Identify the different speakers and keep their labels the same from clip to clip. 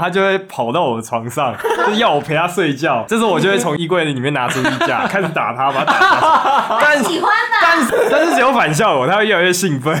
Speaker 1: 他就会跑到我的床上， 就要我陪他睡觉。这时候我就会从衣柜里面拿出衣架， 开始打他，把他打打。但
Speaker 2: 喜欢吧？
Speaker 1: 但但是只有反效果，他会越来越兴 奋。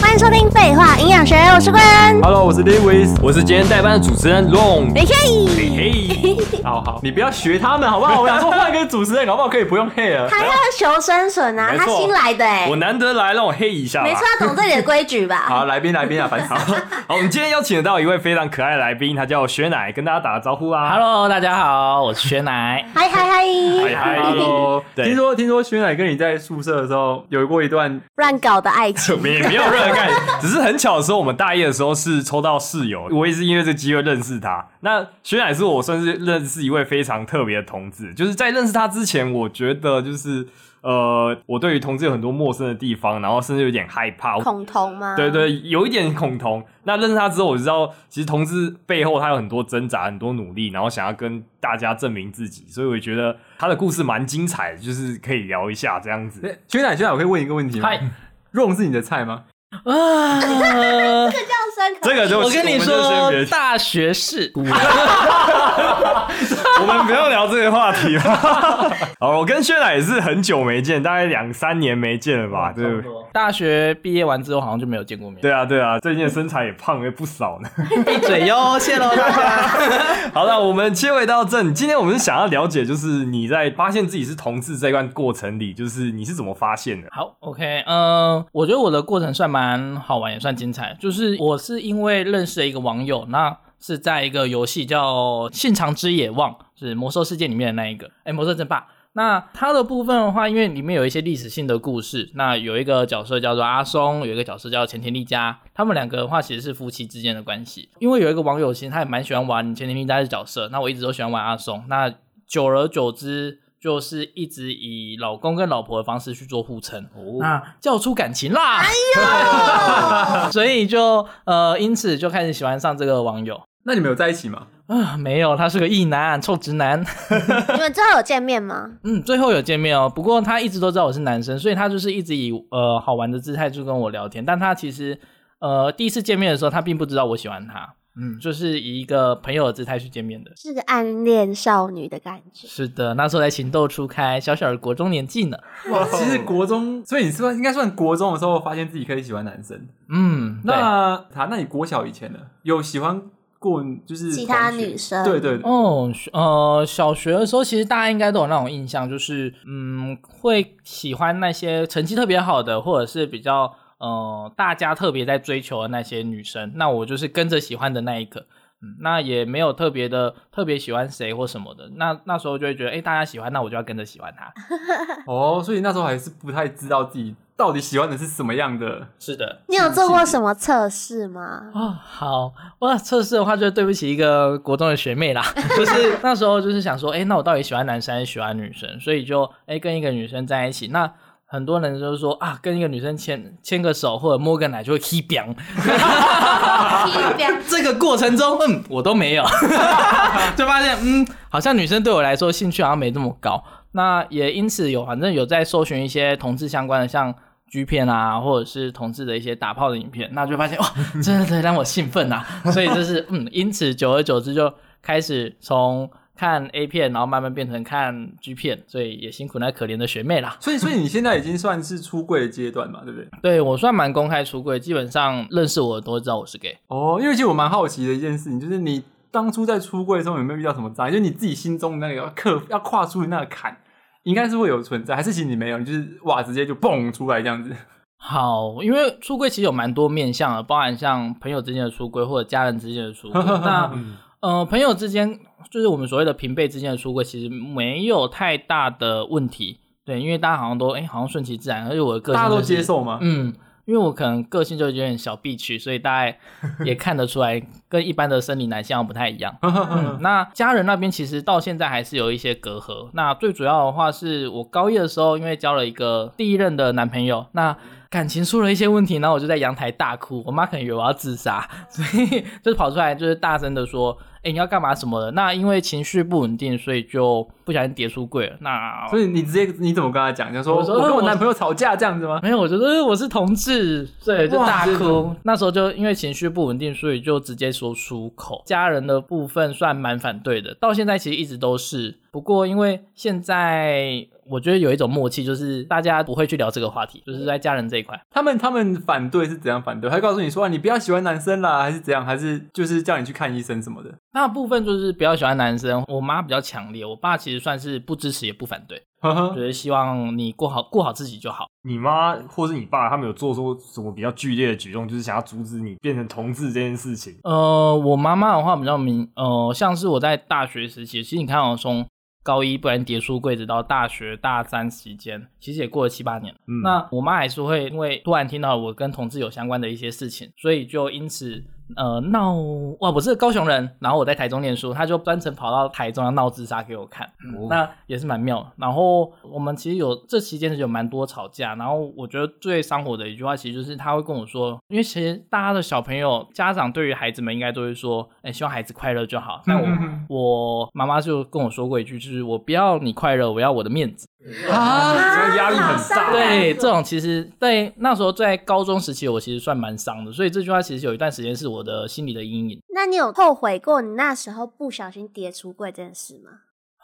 Speaker 2: 欢迎收听《废话营养学》，我是贵恩，
Speaker 1: Hello，我是 Lewis。
Speaker 3: 我是今天代班的主持人 Long。
Speaker 2: 嘿嘿，
Speaker 3: 嘿， 好好，你不要学他们好不好？我想说换一个主持人，好不好？可以不用嘿了。
Speaker 2: 他要求生存啊，
Speaker 3: 没
Speaker 2: 他
Speaker 3: 错
Speaker 2: 新来的哎、
Speaker 3: 我难得来，让我嘿一下吧。
Speaker 2: 没错，他懂这里的规矩吧？
Speaker 3: 好，来宾来宾啊，烦死了。
Speaker 1: 好，我们今天邀请得到一位非常可爱的来宾，他叫雪奶，跟大家打个招呼啊。
Speaker 4: Hello，大家好，我是薛奶。
Speaker 2: 嗨嗨嗨，
Speaker 1: 嗨嗨
Speaker 3: Hello，
Speaker 1: 对
Speaker 3: 听说听说薛奶跟你在宿舍的时候有过一段，
Speaker 2: 乱搞的爱情，
Speaker 1: 没没有任何概念，只是很巧的时候，我们大一的时候是抽到室友，我也是因为这机会认识他。那薛乃是我算是认识一位非常特别的同志，就是在认识他之前，我觉得就是呃，我对于同志有很多陌生的地方，然后甚至有点害怕。
Speaker 2: 恐同吗？
Speaker 1: 对，对，有一点恐同。那认识他之后，我知道其实同志背后他有很多挣扎、很多努力，然后想要跟大家证明自己，所以我觉得他的故事蛮精彩的，就是可以聊一下这样子。
Speaker 3: 哎薛奶薛奶，我可以问一个问题吗
Speaker 4: 嗨，
Speaker 3: ？Ron 是你的菜吗？
Speaker 4: 啊！
Speaker 2: 这叫深刻。
Speaker 1: 这个就
Speaker 4: 我跟你
Speaker 1: 们就先别
Speaker 4: 说，大学是，
Speaker 1: 我们不用聊这个话 题吧。好，我跟薛奶也是很久没见，大概两三年没见了吧，对不对？
Speaker 4: 大学毕业完之后好像就没有见过面。
Speaker 1: 对啊，对啊，最近的身材也胖了不少呢。
Speaker 4: 闭嘴哟，谢喽大家。
Speaker 1: 好了，我们切回到正，今天我们是想要了解，就是你在发现自己是同志这段过程里，就是你是怎么发现的？
Speaker 4: 好，OK，嗯，我觉得我的过程算蛮好玩，也算精彩。就是我是因为认识了一个网友，那是在一个游戏叫《信长之野望》，就是魔兽世界里面的那一个，哎，魔兽争霸。那它的部分的话，因为里面有一些历史性的故事，那有一个角色叫做阿松，有一个角色叫前田利家，他们两个的话其实是夫妻之间的关系。因为有一个网友其实他也蛮喜欢玩前田利家的角色，那我一直都喜欢玩阿松，那久而久之就是一直以老公跟老婆的方式去做互称，那叫出感情啦。哎 呦，所以就呃，因此就开始喜欢上这个网友。
Speaker 3: 那你们有在一起吗？
Speaker 4: 啊，没有，他是个异男，臭直男。
Speaker 2: 你们最后有见面吗？
Speaker 4: 嗯，最后有见面哦。不过他一直都知道我是男生，所以他就是一直以呃好玩的姿态就跟我聊天。但他其实呃第一次见面的时候，他并不知道我喜欢他。嗯，就是以一个朋友的姿态去见面的。
Speaker 2: 是个暗恋少女的感觉，
Speaker 4: 是的，那时候在情窦初开，小小的国中年纪呢。
Speaker 3: 其实国中，所以你是不是应该算国中的时候发现自己可以喜欢男生？
Speaker 4: 嗯，那
Speaker 3: 那他，那你国小以前呢？有喜欢过就是
Speaker 2: 其他
Speaker 3: 同学
Speaker 2: 女生
Speaker 3: 对对，对
Speaker 4: 哦，呃，小学的时候，其实大家应该都有那种印象，就是嗯，会喜欢那些成绩特别好的，或者是比较呃大家特别在追求的那些女生。那我就是跟着喜欢的那一个，嗯，那也没有特别的特别喜欢谁或什么的。那那时候就会觉得，哎、大家喜欢，那我就要跟着喜欢他。
Speaker 3: 哦，所以那时候还是不太知道自己到底喜欢的是什么样的。
Speaker 4: 是的，
Speaker 2: 你有做过什么测试吗？
Speaker 4: 哦，好哇！测试的话，就对不起一个国中的学妹啦。 就是那时候就是想说，哎、那我到底喜欢男生还是喜欢女生？所以就哎、诶跟一个女生在一起。那很多人就是说啊，跟一个女生牵牵个手或者摸个奶就会 k 表。这个过程中，嗯，我都没有，就发现嗯，好像女生对我来说兴趣好像没这么高。那也因此有，反正有在搜寻一些同志相关的，像 G 片啊，或者是同志的一些打炮的影片，那就发现哇，真的真的让我兴奋啊！所以就是嗯，因此久而久之就开始从看 A 片，然后慢慢变成看 G 片，所以也辛苦那可怜的学妹啦。
Speaker 3: 所以，所以你现在已经算是出柜的阶段嘛，对不对？
Speaker 4: 对我算蛮公开出柜，基本上认识我的都会知道我是 gay。
Speaker 3: 哦，因为其实我蛮好奇的一件事情，就是你当初在出柜的时候有没有遇到什么障碍？就是你自己心中的那个要克要跨出的那个坎，应该是会有存在，还是其实你没有？你就是哇，直接就蹦出来这样子。
Speaker 4: 好，因为出柜其实有蛮多面向的，包含像朋友之间的出柜或者家人之间的 出柜。那
Speaker 3: 嗯
Speaker 4: 呃，朋友之间就是我们所谓的平辈之间的出柜，其实没有太大的问题。对，因为大家好像都哎、好像顺其自然，而且我的个性、
Speaker 3: 大家都接
Speaker 4: 受。
Speaker 3: 受吗？
Speaker 4: 嗯，因为我可能个性就有点小必区，所以大 概也看得出来，跟一般的生理男性好像不太一样。 嗯，那家人那边其实到现在还是有一些隔阂。那最主要的话是我高一的时候，因为交了一个第一任的男朋友，那感情出了一些问题， 然后我就在阳台大哭，我妈可能以为我要自杀，所以就跑出来就是大声的说：“哎你要干嘛什么的。那因为情绪不稳定，所以就不小心跌出柜了。那
Speaker 3: 所以你直接你怎么跟他讲？就说
Speaker 4: 我说
Speaker 3: 我跟
Speaker 4: 我
Speaker 3: 我男朋友吵架这样子吗？
Speaker 4: 没有，我觉得呃我是同志，对，就
Speaker 3: 哇
Speaker 4: 大
Speaker 3: 这
Speaker 4: 哭
Speaker 3: 种。
Speaker 4: 那时候就因为情绪不稳定，所以就直接说出口。家人的部分算蛮反对的，到现在其实一直都是。不过因为现在我觉得有一种默契，就是大家不会去聊这个话题，就是在家人这一块。
Speaker 3: 他们他们反对是怎样反对？还告诉你说、啊、你不要喜欢男生啦，还是怎样？还是就是叫你去看医生什么的？
Speaker 4: 那部分就是比较喜欢男生，我妈比较强烈，我爸其实算是不支持也不反对，
Speaker 3: 呵呵
Speaker 4: 就是希望你过好过好自己就好。
Speaker 1: 你妈或是你爸，他们有做出什么比较剧烈的举动，就是想要阻止你变成同志这件事情？
Speaker 4: 呃，我妈妈的话比较明，呃，像是我在大学时期，其实你看我从高一不然叠书柜，直到大学大三期间，其实也过了七八年了。
Speaker 1: 嗯，
Speaker 4: 那我妈还是会因为突然听到我跟同志有相关的一些事情，所以就因此呃闹哇，我是高雄人，然后我在台中念书，她就专程跑到台中要闹自杀给我看。嗯那也是蛮妙的。然后我们其实有这期间是有蛮多吵架，然后我觉得最伤我的一句话，其实就是他会跟我说，因为其实大家的小朋友家长对于孩子们应该都会说，哎、希望孩子快乐就好。但我、
Speaker 3: 嗯
Speaker 4: 我妈妈就跟我说过一句，就是我不要你快乐，我要我的面子。
Speaker 3: 啊，
Speaker 1: 这个压力很
Speaker 2: 大
Speaker 4: 对，这种其实对那时候在高中时期，我其实算蛮伤的，所以这句话其实有一段时间是我的心理的阴影。
Speaker 2: 那你有后悔过你那时候不小心跌出柜这件事吗？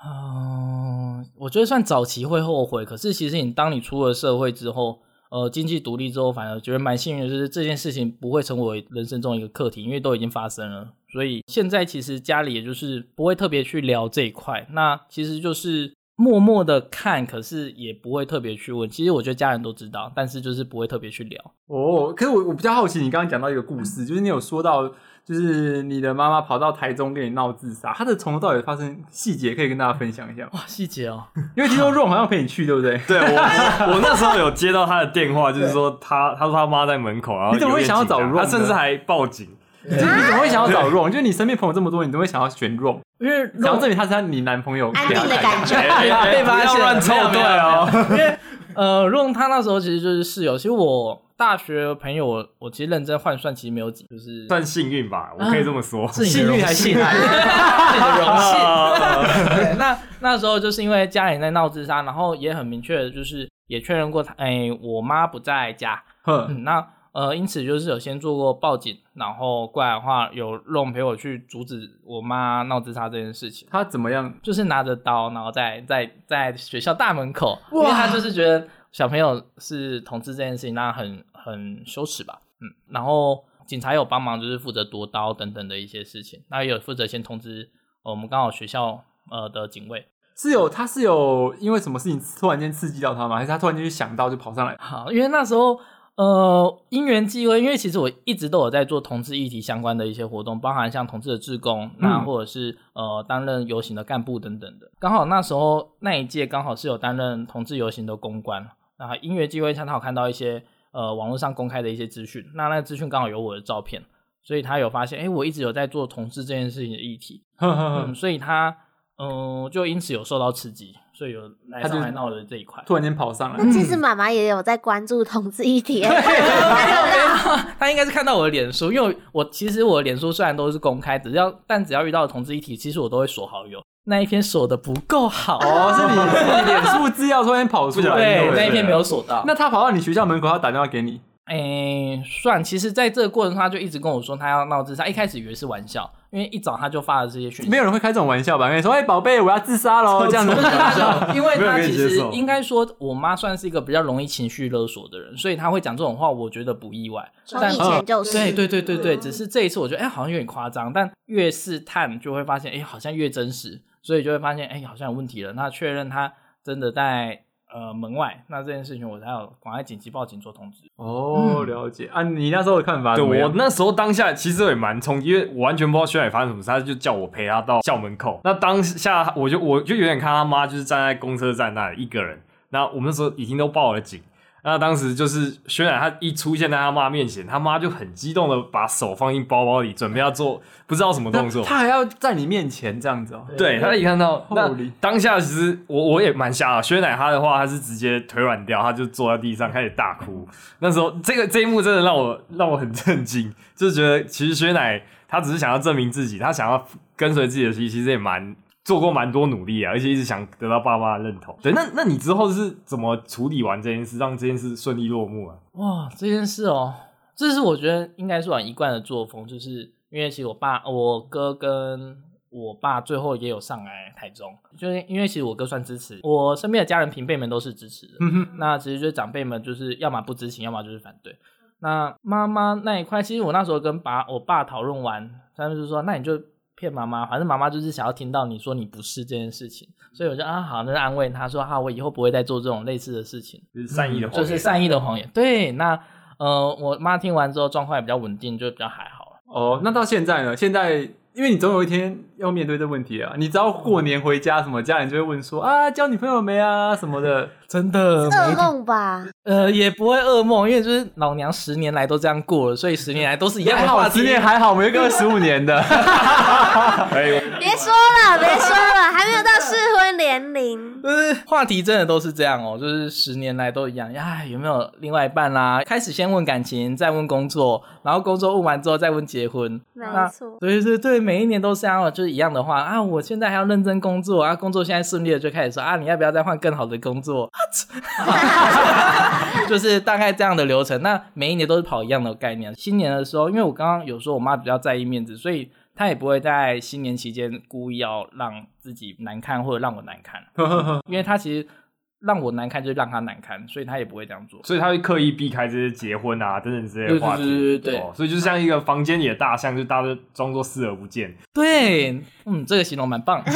Speaker 4: 嗯，我觉得算早期会后悔，可是其实你当你出了社会之后，呃，经济独立之后，反而觉得蛮幸运的，就是这件事情不会成为人生中一个课题，因为都已经发生了。所以现在其实家里也就是不会特别去聊这一块，那其实就是默默的看，可是也不会特别去问。其实我觉得家人都知道，但是就是不会特别去聊。
Speaker 3: 哦，可是我我比较好奇，你刚刚讲到一个故事，就是你有说到，就是你的妈妈跑到台中跟你闹自杀，她的从头到尾发生细节可以跟大家分享一下吗，
Speaker 4: 哇，细节哦，
Speaker 3: 因为听说 Ron 好像陪你去，对不对？
Speaker 1: 对我， 我那时候有接到他的电话，就是说他，他说他妈在门口，然后
Speaker 3: 你怎么会
Speaker 1: 有点
Speaker 3: 想要
Speaker 1: 紧张
Speaker 3: 找 Ron
Speaker 1: 他
Speaker 3: 呢
Speaker 1: 甚至还报警。
Speaker 3: 你
Speaker 2: 啊
Speaker 3: 你怎么会想要找 Ron？就是你身边朋友这么多，你怎么会想要选 Ron？
Speaker 4: 因为
Speaker 3: 想要证明他是他你男朋友？
Speaker 2: 安定 的感觉。
Speaker 1: 哎哎哎
Speaker 4: 被发现
Speaker 1: 不要乱凑对哦。
Speaker 4: 因为呃，用他那时候其实就是室友，其实我大学朋友我，我其实认真换算，其实没有几，就是
Speaker 1: 算幸运吧，我可以这么说。
Speaker 4: 啊是你的荣 幸，哦是你的荣幸。 对，那那时候就是因为家里在闹自杀，然后也很明确的，就是也确认过他，哎、我妈不在家，
Speaker 3: 哼，
Speaker 4: 嗯，那呃，因此就是有先做过报警，然后过来的话有弄陪我去阻止我妈闹自杀这件事情。
Speaker 3: 他怎么样？
Speaker 4: 就是拿着刀，然后在在在学校大门口，因为他就是觉得小朋友是同志这件事情，那很很羞耻吧，嗯，然后警察有帮忙，就是负责夺刀等等的一些事情，那也有负责先通知呃我们刚好学校呃的警卫，
Speaker 3: 是有他是有因为什么事情突然间刺激到他吗？还是他突然间就想到就跑上来？
Speaker 4: 好，因为那时候呃因缘际会，因为其实我一直都有在做同志议题相关的一些活动，包含像同志的志工，那
Speaker 3: 嗯
Speaker 4: 或者是呃担任游行的干部等等的。刚好那时候那一届刚好是有担任同志游行的公关，那音乐机会上他有看到一些呃网络上公开的一些资讯，那那资讯刚好有我的照片。所以他有发现，哎、我一直有在做同志这件事情的议题，
Speaker 3: 哼哼
Speaker 4: 嗯，
Speaker 3: 哼，
Speaker 4: 所以他，嗯、就因此有受到刺激，所以有来
Speaker 3: 他就
Speaker 4: 上海闹的这一块。
Speaker 3: 突然间跑上来
Speaker 2: 那，其实妈妈也有在关注同志 议题， 她
Speaker 4: 他应该是看到我的脸书，因为我其实我的脸书虽然都是公开，只要但只要遇到同志议题，其实我都会锁好友。那一篇锁的不够好，
Speaker 3: 哦，是你是你脸书资料突然间跑出
Speaker 1: 不小
Speaker 3: 来
Speaker 1: 心
Speaker 4: 对
Speaker 1: 弄，的
Speaker 4: 那一篇没有锁到。
Speaker 3: 那他跑到你学校门口，他打电话给你，
Speaker 4: 诶、算，其实在这个过程中，他就一直跟我说他要闹自杀，一开始以为是玩笑，因为一早他就发了这些讯息
Speaker 3: 没。有人会开这种玩笑吧？跟你说，哎，宝贝，我要自杀 喽，这样子
Speaker 4: 不。是他就，因为
Speaker 1: 没有
Speaker 4: 他
Speaker 1: 人可以
Speaker 4: 其
Speaker 1: 接
Speaker 4: 实
Speaker 1: 受
Speaker 4: 应该说，我妈算是一个比较容易情绪勒索的人，所以她会讲这种话，我觉得不意外。
Speaker 2: 从
Speaker 4: 但哦
Speaker 2: 以前就是，
Speaker 4: 对对对对对，
Speaker 2: 嗯
Speaker 4: 只是这一次我觉得哎、好像有点夸张，但越试探就会发现哎、好像越真实，所以就会发现哎、好像有问题了。那确认他真的在呃门外，那这件事情我才有赶快紧急报警做通知。
Speaker 3: 哦，
Speaker 4: 嗯
Speaker 3: 了解啊，你那时候的看法
Speaker 1: 对
Speaker 3: 怎么
Speaker 1: 我
Speaker 3: 样？
Speaker 1: 那时候当下其实也蛮冲击，因为我完全不知道轩海发生什么事，他就叫我陪他到校门口。那当下我就我就有点看他妈就是站在公车站那里一个人，那我们那时候已经都报了警。那当时就是轩然他一出现在他妈面前，他妈就很激动的把手放进包包里，准备要做不知道什么动作。
Speaker 3: 他还要在你面前这样子哦、
Speaker 1: 对他一看到那
Speaker 3: Holy
Speaker 1: 当下，其实我我也蛮吓的。薛奶他的话，他是直接腿软掉，他就坐在地上开始大哭。那时候这个这一幕真的让我让我很震惊，就是觉得其实薛奶他只是想要证明自己，他想要跟随自己的习，其实也蛮做过蛮多努力啊，而且一直想得到爸妈的认同。对，那那你之后是怎么处理完这件事，让这件事顺利落幕啊？
Speaker 4: 哇，这件事哦，这是我觉得应该是我一贯的作风，就是因为其实我爸、我哥跟我爸最后也有上来台中，就是因为其实我哥算支持，我身边的家人平辈们都是支持的。
Speaker 3: 嗯哼，
Speaker 4: 那其实就是长辈们就是要么不知情，要么就是反对。那妈妈那一块，其实我那时候跟爸我爸讨论完，他们就说那你就骗妈妈，反正妈妈就是想要听到你说你不是这件事情，所以我就啊好，那就安慰他说啊我以后不会再做这种类似的事情。
Speaker 1: 就是善意的谎
Speaker 4: 嗯就
Speaker 3: 哦
Speaker 1: 言，
Speaker 4: 是善意的谎言。对，那呃，我妈听完之后状况也比较稳定，就比较还好了。
Speaker 3: 哦，那到现在呢？现在因为你总有一天要面对这问题啊，你只要过年回家什么，家人就会问说啊，交女朋友没啊什么的。
Speaker 4: 真的
Speaker 2: 噩梦吧？
Speaker 4: 呃，也不会噩梦，因为就是老娘十年来都这样过了，所以十年来都 是一样
Speaker 3: 还
Speaker 4: 的
Speaker 3: 哎好，
Speaker 4: 话
Speaker 3: 十
Speaker 4: 题。
Speaker 3: 年还好，我们有一个十五年的。
Speaker 1: 哎呦
Speaker 2: 别说了，别说了，还没有到适婚年龄。
Speaker 4: 就是话题真的都是这样哦，就是十年来都一样。呀，有没有另外一半啦？开始先问感情，再问工作，然后工作问完之后再问结婚。
Speaker 2: 没
Speaker 4: 那
Speaker 2: 错
Speaker 4: 对对对，每一年都是这样哦，就是一样的话啊。我现在还要认真工作啊，工作现在顺利了，就开始说啊，你要不要再换更好的工作？就是大概这 样的流程。那每一年都是跑一样的概念。新年的时候，因为我刚刚有说我妈比较在意面子，所以她也不会在新年期间故意要让自己难看或者让我难看，因为她其实让我难看就是让她难看，所以她也不会这样做。
Speaker 1: 所以他会刻意避开这些结婚啊等等这
Speaker 4: 对
Speaker 1: 些
Speaker 4: 对
Speaker 1: 话题，
Speaker 4: 对对对
Speaker 1: 哦，所以就是像一个房间里的大象，就大家都装作视而不见，
Speaker 4: 对，嗯，这个形容蛮棒。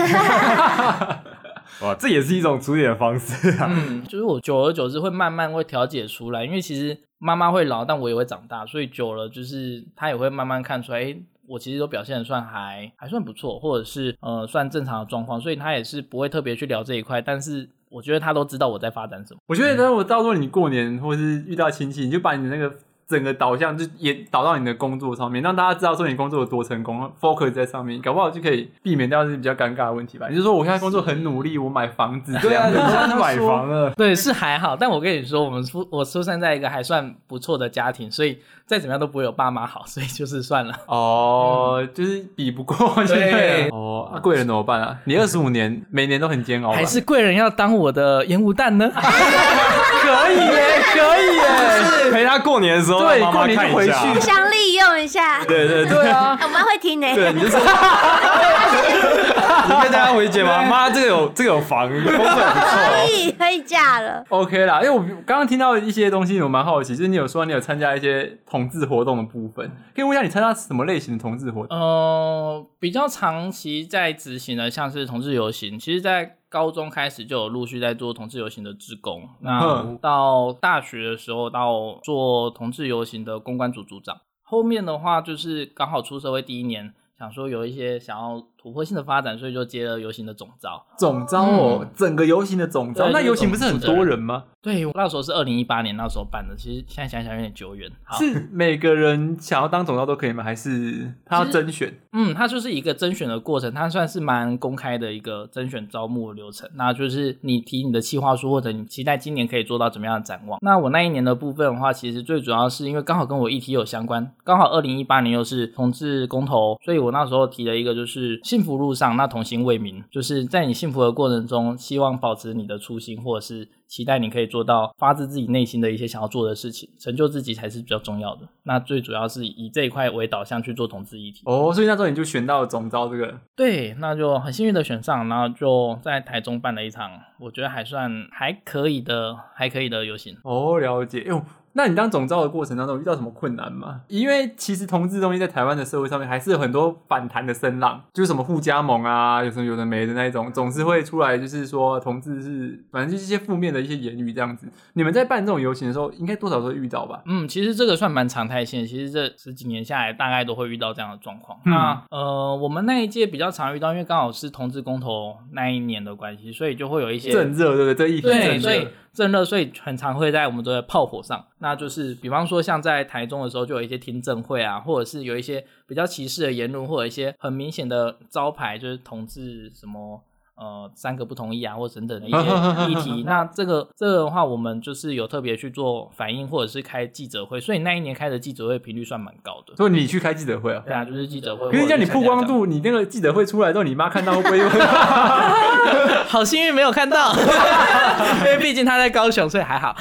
Speaker 1: 哇，这也是一种处理的方式啊。
Speaker 4: 嗯，就是我久而久之会慢慢会调节出来，因为其实妈妈会老，但我也会长大，所以久了就是她也会慢慢看出来，哎、我其实都表现的算还还算不错，或者是呃算正常的状况，所以她也是不会特别去聊这一块，但是我觉得她都知道我在发展什么。
Speaker 3: 我觉得，如果到时候你过年或是遇到亲戚，你就把你的那个整个导向就也导到你的工作上面，让大家知道说你工作有多成功，focus 在上面，搞不好就可以避免掉这些比较尴尬的问题吧。你就说我现在工作很努力，我买房子这
Speaker 1: 对啊，
Speaker 3: 样
Speaker 1: 你
Speaker 3: 子。
Speaker 1: 现在买房了，
Speaker 4: 对，是还好，但我跟你说，我们出我出生在一个还算不错的家庭，所以再怎么样都不会有爸妈好，所以就是算了。
Speaker 3: 哦，就是比不过，就对了。哦，啊贵人怎么办啊？你二十五年每年都很煎熬吧，
Speaker 4: 还是贵人要当我的烟雾弹呢？
Speaker 3: 可以耶，可以耶。
Speaker 1: 陪他过年的时候，
Speaker 3: 对
Speaker 1: 让妈妈
Speaker 3: 过年就
Speaker 1: 看一
Speaker 3: 回
Speaker 1: 下
Speaker 3: 去
Speaker 2: 想利用一下，
Speaker 1: 对对对
Speaker 3: 对啊，
Speaker 2: 我妈会听呢。
Speaker 1: 对，你就是你被大家回解吗？妈，这个有这个有房，工作也不
Speaker 2: 可
Speaker 1: 错。
Speaker 2: 以可以嫁
Speaker 4: 哦
Speaker 2: 了，
Speaker 3: OK 啦，因为我刚刚听到一些东西，我蛮好奇，就是你有说你有参加一些同志活动的部分，可以问一下你参加什么类型的同志活动？
Speaker 4: 呃，比较长期在执行的，像是同志游行，其实，在高中开始就有陆续在做同志游行的志工，那
Speaker 3: 嗯
Speaker 4: 到大学的时候，到做同志游行的公关组组长。后面的话，就是刚好出社会第一年，想说有一些想要突破性的发展，所以就接了游行的总招。
Speaker 3: 总招哦，整个游行的总招，
Speaker 4: 嗯对
Speaker 3: 那游行不是很多人吗？
Speaker 4: 对，我那时候是二零一八年那时候办的，其实现在想想有点久远。好，
Speaker 3: 是啊每个人想要当总招都可以吗？还是他要甄选？
Speaker 4: 嗯，它就是一个甄选的过程，它算是蛮公开的一个甄选招募的流程。那就是你提你的企划书，或者你期待今年可以做到怎么样的展望。那我那一年的部分的话，其实最主要是因为刚好跟我议题有相关，刚好二零一八年又是同志公投，所以我那时候提了一个就是幸福路上，那童心为民，就是在你幸福的过程中，希望保持你的初心，或者是期待你可以做到发自自己内心的一些想要做的事情，成就自己才是比较重要的。那最主要是以这一块为导向去做同志议题。
Speaker 3: 哦，所以那时候你就选到了总招这个，
Speaker 4: 对，那就很幸运的选上，然后就在台中办了一场，我觉得还算还可以的，还可以的游行。
Speaker 3: 哦，了解。哟、那你当总招的过程当中有遇到什么困难吗？因为其实同志东西在台湾的社会上面还是有很多反弹的声浪，就是什么互加盟啊，有什么有的没的那一种，总是会出来就是说同志是，反正就是一些负面的一些言语这样子。你们在办这种游行的时候，应该多少都会遇到吧？
Speaker 4: 嗯，其实这个算蛮常态性的，其实这十几年下来大概都会遇到这样的状况。
Speaker 3: 嗯
Speaker 4: 那呃，我们那一届比较常遇到，因为刚好是同志公投那一年的关系，所以就会有一些
Speaker 3: 正热对不对？这一批
Speaker 4: 对，
Speaker 3: 正
Speaker 4: 所以
Speaker 3: 热，
Speaker 4: 正热所以很常会在我们的炮火上，那就是比方说像在台中的时候，就有一些听证会啊，或者是有一些比较歧视的言论，或者一些很明显的招牌，就是同志什么。呃，三个不同意啊，或等等的一 些议题，那这个这个的话，我们就是有特别去做反应，或者是开记者会，所以那一年开的记者会频率算蛮高的。
Speaker 3: 所以你去开记者会啊？
Speaker 4: 对啊，就是记者会。
Speaker 3: 可是叫你曝光度，你那个记者会出来之后，你妈看到会不会 哦又？可
Speaker 4: 好幸运没有看到， 因为毕竟他在高雄，所以还好。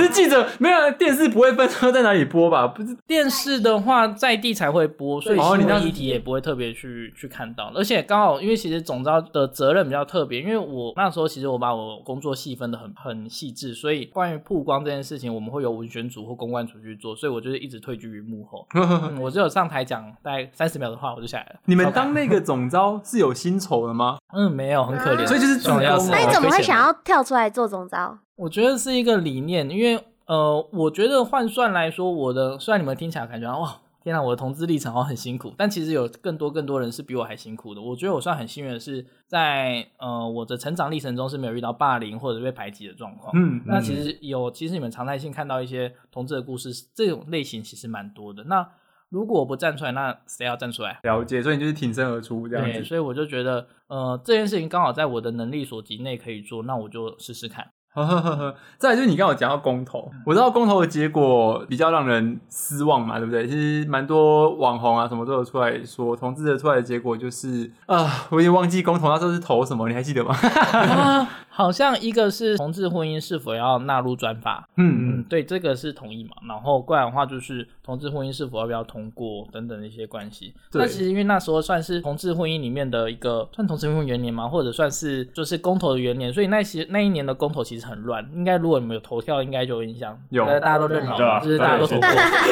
Speaker 3: 是记者没有电视不会分车在哪里播吧？不是
Speaker 4: 电视的话，在地才会播，所以
Speaker 3: 哦
Speaker 4: 新
Speaker 3: 你那
Speaker 4: 闻
Speaker 3: 是
Speaker 4: 议题也不会特别去去看到。而且刚好，因为其实总招的责任比较特别，因为我那时候其实我把我工作细分的很很细致，所以关于曝光这件事情，我们会有文宣组或公关组去做，所以我就是一直退居于幕 后。嗯我只有上台讲大概三十秒的话，我就下来了。
Speaker 3: 你们
Speaker 4: 超感
Speaker 3: 当那个总招是有薪酬的吗？
Speaker 4: 嗯没有很可怜，
Speaker 2: 所以
Speaker 3: 就是自
Speaker 4: 总要
Speaker 3: 工
Speaker 4: 死
Speaker 3: 啊
Speaker 2: 那你怎么会
Speaker 4: 亏钱
Speaker 2: 想
Speaker 4: 了
Speaker 2: 要跳出来做总招？
Speaker 4: 我觉得是一个理念，因为呃，我觉得换算来说，我的虽然你们听起来感觉哇，天哪，我的同志立场好像很辛苦，但其实有更多更多人是比我还辛苦的。我觉得我算很幸运的是，在呃我的成长历程中是没有遇到霸凌或者被排挤的状况。
Speaker 3: 嗯，
Speaker 4: 那其实有，其实你们常态性看到一些同志的故事，这种类型其实蛮多的。那如果我不站出来，那谁要站出来？
Speaker 3: 了解，所以你就是挺身而出这样
Speaker 4: 对，
Speaker 3: 子。
Speaker 4: 所以我就觉得，呃，这件事情刚好在我的能力所及内可以做，那我就试试看。
Speaker 3: 呵呵呵呵，再来就是你刚刚有讲到公投，我知道公投的结果比较让人失望嘛，对不对？其实蛮多网红啊什么都有出来说，同志的出来的结果就是啊、我已经忘记公投那时候是投什么，你还记得吗？
Speaker 4: 啊， 好像一个是同志婚姻是否要纳入专法，
Speaker 3: 嗯
Speaker 4: 嗯
Speaker 3: 嗯，，
Speaker 4: 对，这个是同意嘛。然后过来的话就是同志婚姻是否要不要通过等等的一些关系。
Speaker 3: 对
Speaker 4: 那其实因为那时候算是同志婚姻里面的一个算同志婚姻元年嘛，或者算是就是公投的元年，所以那些那一年的公投其实很乱。应该如果你们有投票，应该就有印象，
Speaker 3: 有
Speaker 4: 大家都认同
Speaker 1: 对啊，
Speaker 4: 就是大家都投过。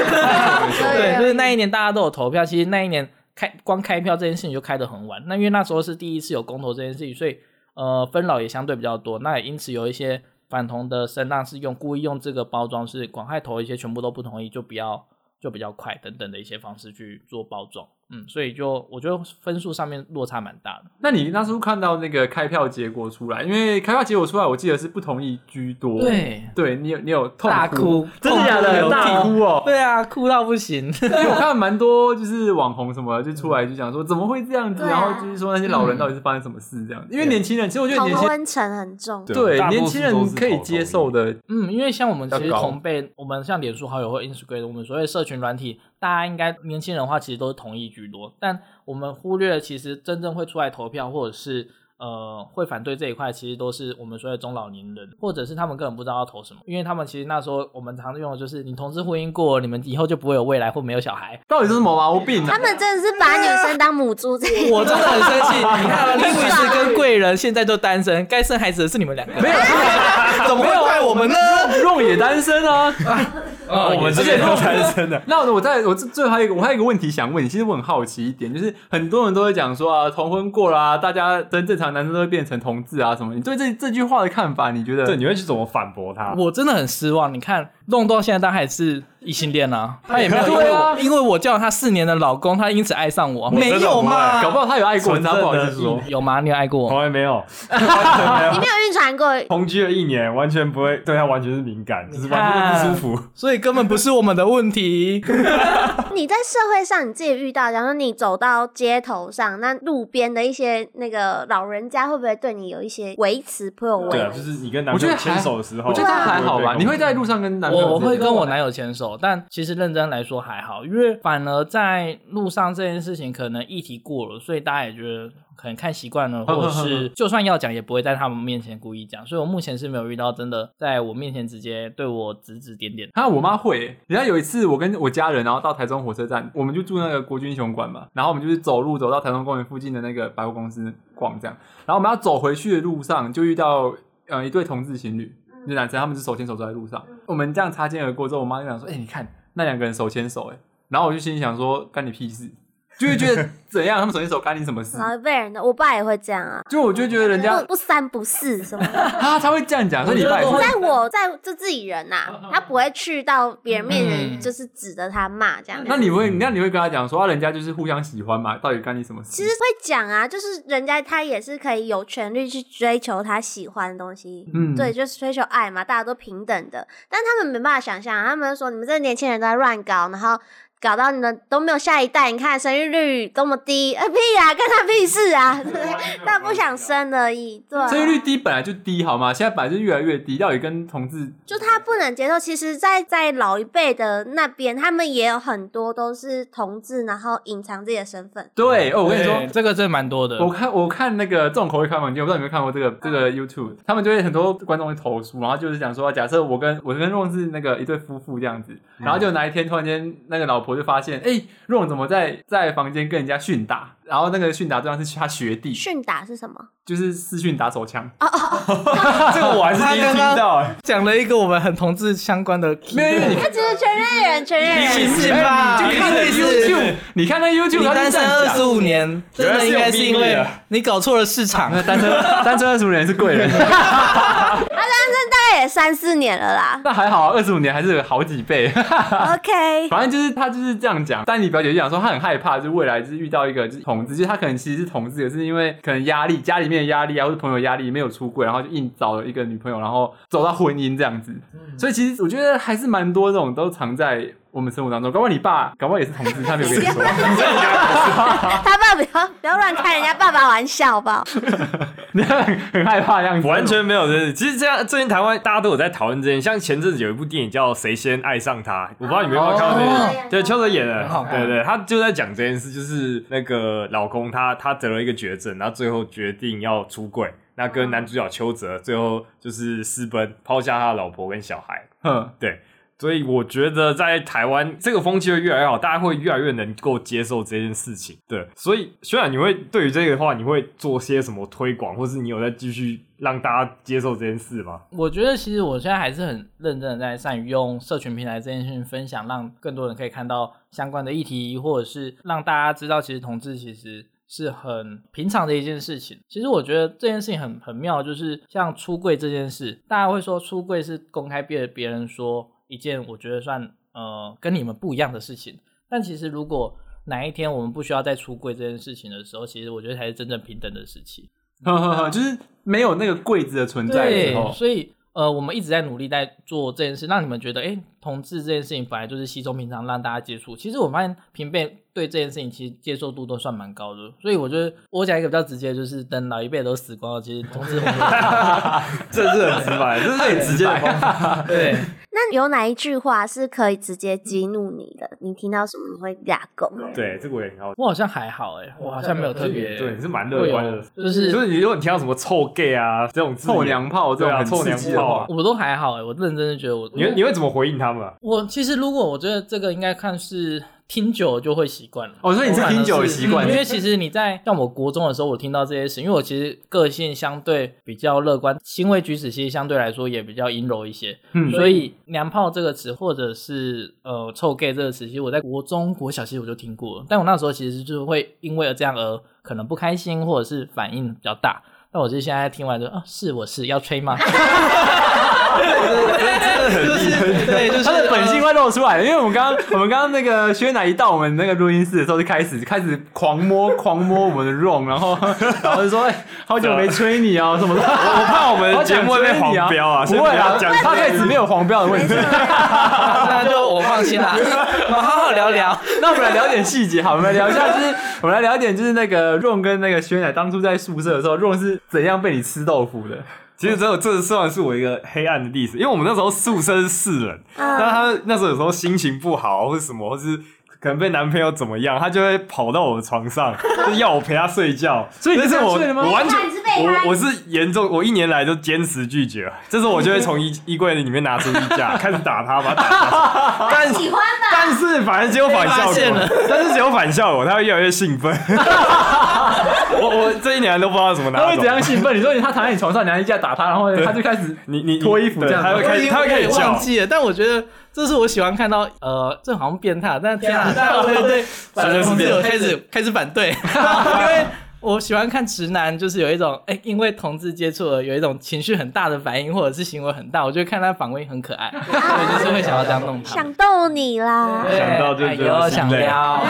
Speaker 4: 对，就是那一年大家都有投票，其实那一年开光开票这件事情就开得很晚。那因为那时候是第一次有公投这件事情，所以呃纷扰也相对比较多。那也因此有一些反同的声浪是用故意用这个包装，是广害投一些全部都不同意，就比较就比较快等等的一些方式去做包装。嗯，所以就我觉得分数上面落差蛮大的。
Speaker 3: 那你那时候看到那个开票结果出来，因为开票结果出来，我记得是不同意居多。，
Speaker 4: 对，
Speaker 3: 对你有你有痛
Speaker 4: 大
Speaker 3: 哭，
Speaker 4: 哭，
Speaker 3: 真的假
Speaker 4: 痛
Speaker 3: 的？
Speaker 4: 流涕
Speaker 3: 大哭哦！
Speaker 4: 对啊，哭到不行。
Speaker 3: 因为我看蛮多就是网红什么就出来就讲说怎么会这样子，
Speaker 2: 对
Speaker 3: 然
Speaker 2: 啊
Speaker 3: 后就是说那些老人到底是发生什么事这样子。因为年轻人，其实我觉得
Speaker 2: 同
Speaker 3: 年轻
Speaker 2: 温层很重，
Speaker 3: 对
Speaker 1: 大多数都
Speaker 3: 年
Speaker 1: 是
Speaker 3: 轻人可以
Speaker 1: 投
Speaker 3: 接受的，
Speaker 4: 嗯，因为像我们其
Speaker 3: 比
Speaker 4: 实
Speaker 3: 较高
Speaker 4: 同辈，我们像脸书好友或 Instagram，我们所谓社群软体，大家应该年轻人的话，其实都是同意居多。但我们忽略了，其实真正会出来投票，或者是呃会反对这一块，其实都是我们所谓的中老年人，或者是他们根本不知道要投什么，因为他们其实那时候我们常用的就是你同志婚姻过了，你们以后就不会有未来或没有小孩。
Speaker 3: 到底是什么毛病呢
Speaker 2: 他？们真的是把女生当母猪在
Speaker 4: 我真的很生气，你 看啊林女士跟贵人现在都单身，该生孩子的是你们两个，
Speaker 3: 没有，
Speaker 4: 怎么会怪我们呢？
Speaker 3: 用也单身啊。，
Speaker 1: 哦我们这边都单身的
Speaker 3: 那我再我最最后还有一个我还有一个问题想问你，其实我很好奇一点，就是很多人都会讲说啊，同婚过啦、大家真正常男生都会变成同志啊什么。你对这这句话的看法，你觉得？
Speaker 1: 对，你会去怎么反驳他？
Speaker 4: 我真的很失望。你看，弄到现在他还是异性恋啊，他也没有因为
Speaker 3: 对
Speaker 4: 我、
Speaker 3: 啊
Speaker 4: 因为我叫他四年的老公，他因此爱上我，没
Speaker 1: 真的
Speaker 4: 有
Speaker 1: 不
Speaker 4: 嘛？
Speaker 1: 爱
Speaker 3: 搞不好他有爱过，
Speaker 1: 纯
Speaker 3: 他
Speaker 1: 正
Speaker 3: 不好意
Speaker 1: 的
Speaker 3: 思说。
Speaker 4: 有吗？你有爱过
Speaker 1: 从
Speaker 4: 我？
Speaker 1: 来没有，
Speaker 2: 你没有晕船过，
Speaker 1: 同居了一年，完全不会对他完全是敏感，就是完全不舒服。
Speaker 4: 所以根本不是我们的 问题。
Speaker 2: 你在社会上你自己遇到，然后你走到街头上，那路边的一些那个老人家会不会对你有一些维持颇有
Speaker 1: 对
Speaker 2: 维
Speaker 1: 啊，就
Speaker 2: 持？
Speaker 1: 是你跟男朋友
Speaker 3: 我觉得还
Speaker 1: 牵手的时候，
Speaker 3: 我觉得他还好吧，
Speaker 1: 不会被攻击
Speaker 3: 你会在路上跟男朋友？
Speaker 4: 我会跟我男友牵手，但其实认真来说还好，因为反而在路上这件事情可能议题过了，所以大家也觉得可能看习 惯了，或者是就算要讲也不会在他们面前故意讲，所以我目前是没有遇到真的在我面前直接对我指指点点。
Speaker 3: 啊，我妈会欸。人家有一次，我跟我家人，然后到台中火车站，我们就住那个国军英雄馆嘛，然后我们就是走路走到台中公园附近的那个百货公司逛，这样。然后我们要走回去的路上，就遇到呃一对同志情侣，
Speaker 4: 嗯
Speaker 3: 就男生，他们是手牵手走在路上。我们这样擦肩而过之后，我妈就想说：“哎、你看那两个人手牵手，哎。”然后我就心里想说：“干你屁事！”就会觉得怎样？他们手牵手干你什么 事？
Speaker 4: 啊
Speaker 2: 老一辈人的，我爸也会这样啊，
Speaker 3: 就我就觉得人家啊
Speaker 2: 不不三不四什么 的。
Speaker 3: 他他会这样讲，说你爸也
Speaker 4: 我觉得
Speaker 3: 是
Speaker 2: 在我在就自己人
Speaker 3: 嗯
Speaker 2: 呐、他不会去到别人面前
Speaker 4: 嗯
Speaker 2: 就是指着他骂这样。
Speaker 3: 那你会，那你会跟他讲说，啊人家就是互相喜欢嘛，到底干你什么事？
Speaker 2: 其实会讲啊，就是人家他也是可以有权利去追求他喜欢的东西，
Speaker 3: 嗯
Speaker 2: 对，，就是追求爱嘛，大家都平等的。但他们没办法想象啊、他们说你们这些年轻人都在乱搞，然后搞到你们都没有下一代，你看生育率多么低，啊屁啊，干他屁事啊， 对不对？但不想生而已，对啊、
Speaker 3: 生育率低本来就低，好吗？现在本来就越来越低，到底跟同志
Speaker 2: 就他不能接受。其实在，在老一辈的那边，他们也有很多都是同志，然后隐藏自己的身份。
Speaker 3: 对哦，我跟你
Speaker 4: 对
Speaker 3: 说。
Speaker 4: 这个真的蛮多的。嗯
Speaker 3: 我看我看那个重口味开房间，我不知道你有没有看过这个这个 YouTube，他们就会很多观众会投诉，然后就是讲说，假设我跟我跟 Ron 是那个一对夫妇这样子，然
Speaker 4: 嗯
Speaker 3: 后就哪一天突然间那个老婆就发现，哎、r o n 怎么在在房间跟人家训打，然后那个训打对象是他学弟，
Speaker 2: 训打是什么？
Speaker 3: 就是私讯打手枪，
Speaker 2: 哦
Speaker 1: 这个我还是第一
Speaker 4: 他
Speaker 1: 次
Speaker 4: 刚刚
Speaker 1: 听到、欸。
Speaker 4: 讲了一个我们很同志相关的，
Speaker 3: 没有因为你
Speaker 2: 他只是全瑞人，全瑞
Speaker 4: 你
Speaker 2: 人。
Speaker 4: 信吧？
Speaker 3: 就看那
Speaker 4: 哎你是
Speaker 3: YouTube，你看那 YouTube，
Speaker 4: 你
Speaker 3: 他就
Speaker 4: 单
Speaker 3: 这
Speaker 4: 身
Speaker 3: 样
Speaker 4: 二
Speaker 3: 讲
Speaker 4: 十五年，真的应该是因
Speaker 1: 原来是有秘密
Speaker 4: 为
Speaker 1: 的
Speaker 4: 你搞错了市场。啊
Speaker 3: 那单身单身二十五年是贵人，。
Speaker 2: 大概也三四年了啦
Speaker 3: 那还好，二十五年还是有好几倍。
Speaker 2: OK，
Speaker 3: 反正就是他就是这样讲，但你表姐就讲说她很害怕，就是未来就是遇到一个就是同志，就是她可能其实是同志，也是因为可能压力、家里面的压力啊，或者朋友压力没有出柜，然后就硬找了一个女朋友，然后走到婚姻这样子。
Speaker 4: 嗯
Speaker 3: 所以其实我觉得还是蛮多这种都藏在我们生活当中。搞不好你爸，搞不好也是同志，他没有跟 你说。
Speaker 2: 他爸不要不要乱开人家爸爸玩笑，好不好？
Speaker 3: 你很很害怕的样子，
Speaker 1: 完全没有这件事。其实这样，最近台湾大家都有在讨论这件事，像前阵子有一部电影叫《谁先爱上他》，我不知道你们有没有看过这件
Speaker 2: 哦
Speaker 1: 事。对，邱泽演的
Speaker 4: 很好，看
Speaker 1: 对对，他就在讲这件事，就是那个老公他他得了一个绝症，然后最后决定要出柜。那跟男主角邱泽最后就是私奔，抛下他的老婆跟小孩，
Speaker 3: 哼，
Speaker 1: 对，所以我觉得在台湾这个风气会越来越好，大家会越来越能够接受这件事情。对，所以虽然你会对于这个的话，你会做些什么推广，或是你有在继续让大家接受这件事吗？
Speaker 4: 我觉得其实我现在还是很认真的在善于用社群平台这件事情分享，让更多人可以看到相关的议题，或者是让大家知道，其实同志其实是很平常的一件事情。其实我觉得这件事情很很妙，就是像出柜这件事，大家会说出柜是公开别别人说一件我觉得算呃跟你们不一样的事情，但其实如果哪一天我们不需要再出柜这件事情的时候，其实我觉得才是真正平等的时期。
Speaker 3: 呵呵
Speaker 1: 啊
Speaker 3: 呵，就是没有那个柜子的存在的
Speaker 4: 对，
Speaker 3: 时候，
Speaker 4: 所以呃，我们一直在努力在做这件事，让你们觉得，哎、同志这件事情本来就是稀松平常，让大家接触。其实我发现平辈对这件事情其实接受度都算蛮高的，所以我觉得我讲一个比较直接的，就是等老一辈都死光了，其实同志
Speaker 1: 这是很直白，这是很直接的方法。
Speaker 4: 对，
Speaker 2: 那有哪一句话是可以直接激怒你的？你听到什么你会俩狗？
Speaker 1: 对，这个我也很好奇。
Speaker 4: 我好像还好、哎，我好像没有特别
Speaker 1: 对，你是蛮
Speaker 4: 会
Speaker 1: 乐观
Speaker 4: 有
Speaker 1: 的，，
Speaker 4: 就是
Speaker 1: 就是你如果你听到什么臭 gay 啊这种字眼
Speaker 3: 臭娘炮这
Speaker 1: 对
Speaker 3: 种
Speaker 1: 啊，
Speaker 3: 很
Speaker 1: 臭
Speaker 3: 刺
Speaker 1: 娘
Speaker 3: 激的
Speaker 1: 炮
Speaker 3: 话
Speaker 1: 啊，，
Speaker 4: 我都还好、哎，我认真的觉得我
Speaker 1: 你会你会怎么回应他们啊？
Speaker 4: 我其实如果我觉得这个应该看是听久了就会习惯了。
Speaker 3: 哦，所以你是听酒的习惯
Speaker 4: 因，为其实你在像我国中的时候，我听到这些事，因为我其实个性相对比较乐观，行为举止其实相对来说也比较阴柔一些，
Speaker 3: 嗯
Speaker 4: 所以“娘炮”这个词，或者是呃“臭 gay” 这个词，其实我在国中、国小其实我就听过了，但我那时候其实就是会因为这样而可能不开心，或者是反应比较大。但我就现在听完就啊，是我是要吹吗？ 就是对，就是
Speaker 3: 他的本
Speaker 1: 呃
Speaker 3: 性会露出来的，因为我们刚刚我们刚刚那个薛奶一到我们那个录音室的时候，就开始开始狂摸狂摸我们的 r o n 然 后然后就说、哎，好久没吹你啊什么的，我
Speaker 1: 我怕我们的呃节目会被黄标啊，
Speaker 3: 不
Speaker 1: 所以不
Speaker 3: 会啊
Speaker 1: 要，讲
Speaker 3: 他开始没有黄标的问
Speaker 2: 没
Speaker 3: 题
Speaker 2: 错。 没错，
Speaker 4: 那就我放心啦，我们好好 聊聊。
Speaker 3: 那我们来聊点细节，好，我们来聊一下，就是我们来聊一点，就是那个 r o n 跟那个薛奶当初在宿舍的时候 r o n 是怎样被你吃豆腐的？
Speaker 1: 其实这这算是我一个黑暗的历史，因为我们那时候宿舍是四人，
Speaker 3: 嗯
Speaker 1: 那他们那时候有时候心情不好或是什么，或是可能被男朋友怎么样，他就会跑到我的床 上，就要我陪他睡觉。
Speaker 3: 所以你
Speaker 1: 但
Speaker 3: 是
Speaker 1: 是我
Speaker 3: 这样睡的吗
Speaker 1: 我完全
Speaker 2: 你是备胎
Speaker 1: 我我是严重，我一年来都坚持拒绝。这时候我就会从衣衣柜里面拿出衣 架开始打他，把他打倒。但
Speaker 2: 喜欢吧？
Speaker 1: 但 是反正结果反效
Speaker 4: 被发现
Speaker 1: 果
Speaker 4: 了，
Speaker 1: 但是结果反效果，他会越来越兴奋。我我这一年都不知道怎么拿
Speaker 3: 他会
Speaker 1: 走
Speaker 3: 怎。样兴奋？你说你他躺在你床上，你拿衣架打他，然后他就开始
Speaker 1: 你你
Speaker 3: 脱衣服
Speaker 1: 对
Speaker 3: 这样
Speaker 1: 他会开始他会开始
Speaker 4: 我也
Speaker 1: 叫。
Speaker 4: 忘记了，但我觉得这是我喜欢看到，呃，这好像变态，但是天啊，对对对，
Speaker 1: 反正是
Speaker 4: 同志
Speaker 1: 变态
Speaker 4: 有开始开始反对，因为我喜欢看直男，就是有一种哎、因为同志接触了有一种情绪很大的反应，或者是行为很大，我就看他反胃很可爱，我就是会想要这样弄他。
Speaker 2: 想逗你啦。
Speaker 4: 对
Speaker 1: 想到就觉得
Speaker 4: 哎呦
Speaker 1: 心
Speaker 4: 想
Speaker 1: 累
Speaker 4: 撩，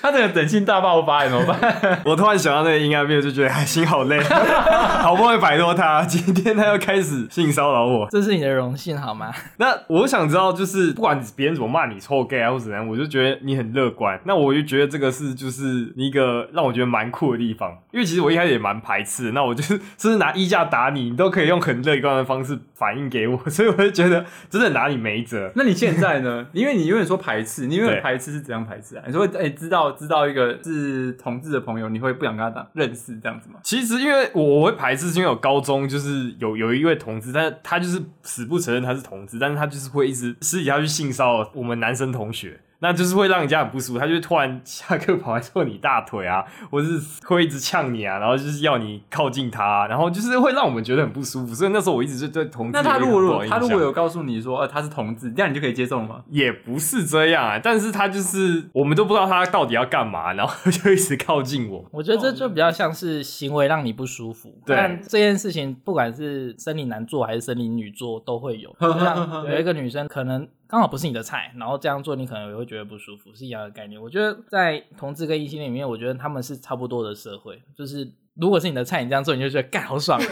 Speaker 3: 他整个整性大爆发，你怎么办？
Speaker 1: 我突然想到那个阴暗面，就觉得哎，心 好累，好不容易摆脱他，今天他又开始性骚扰我。
Speaker 4: 这是你的荣幸好吗？
Speaker 1: 那我想知道，就是不管别人怎么骂你臭 gay 啊或怎样，我就觉得你很乐观。那我就觉得这个是就是一个让我觉得蛮酷的地方，因为其实我一开始也蛮排斥的。那我就是甚至拿衣架打你，你都可以用很乐观的方式反应给我，所以我就觉得真的拿你没辙。
Speaker 3: 那你现在呢？因为你永远说排斥，你永
Speaker 1: 对
Speaker 3: 远排斥是怎样排斥啊？你说哎、知道知道一个是同志的朋友，你会不想跟他当认识这样子吗？
Speaker 1: 其实因为我我会排斥，是因为我高中就是有有一位同志，但是他就是死不承认他是同志，但是他就是会一直私底下去性骚扰我们男生同学，那就是会让人家很不舒服。他就会突然下课跑来坐你大腿啊， 或是会一直呛你啊，然后就是要你靠近他啊、然后就是会让我们觉得很不舒服。所以那时候我一直就对同志
Speaker 3: 那他如果
Speaker 1: 有
Speaker 3: 如
Speaker 1: 一个
Speaker 3: 果
Speaker 1: 很不
Speaker 3: 他
Speaker 1: 好的
Speaker 3: 如
Speaker 1: 印象
Speaker 3: 果有告诉你说呃他是同志，这样你就可以接受了吗？
Speaker 1: 也不是这样啊，但是他就是我们都不知道他到底要干嘛，然后就一直靠近我。
Speaker 4: 我觉
Speaker 3: 哦
Speaker 4: 得这就比较像是行为让你不舒服，
Speaker 1: 对
Speaker 4: 但这件事情不管是生理男做还是生理女做都会有。
Speaker 3: 呵呵
Speaker 4: 就
Speaker 3: 呵呵
Speaker 4: 像有一个女生可能刚好不是你的菜，然后这样做你可能也会觉得不舒服，是一样的概念。我觉得在同志跟异性恋里面，我觉得他们是差不多的社会，就是如果是你的菜，你这样做你就觉得干好爽。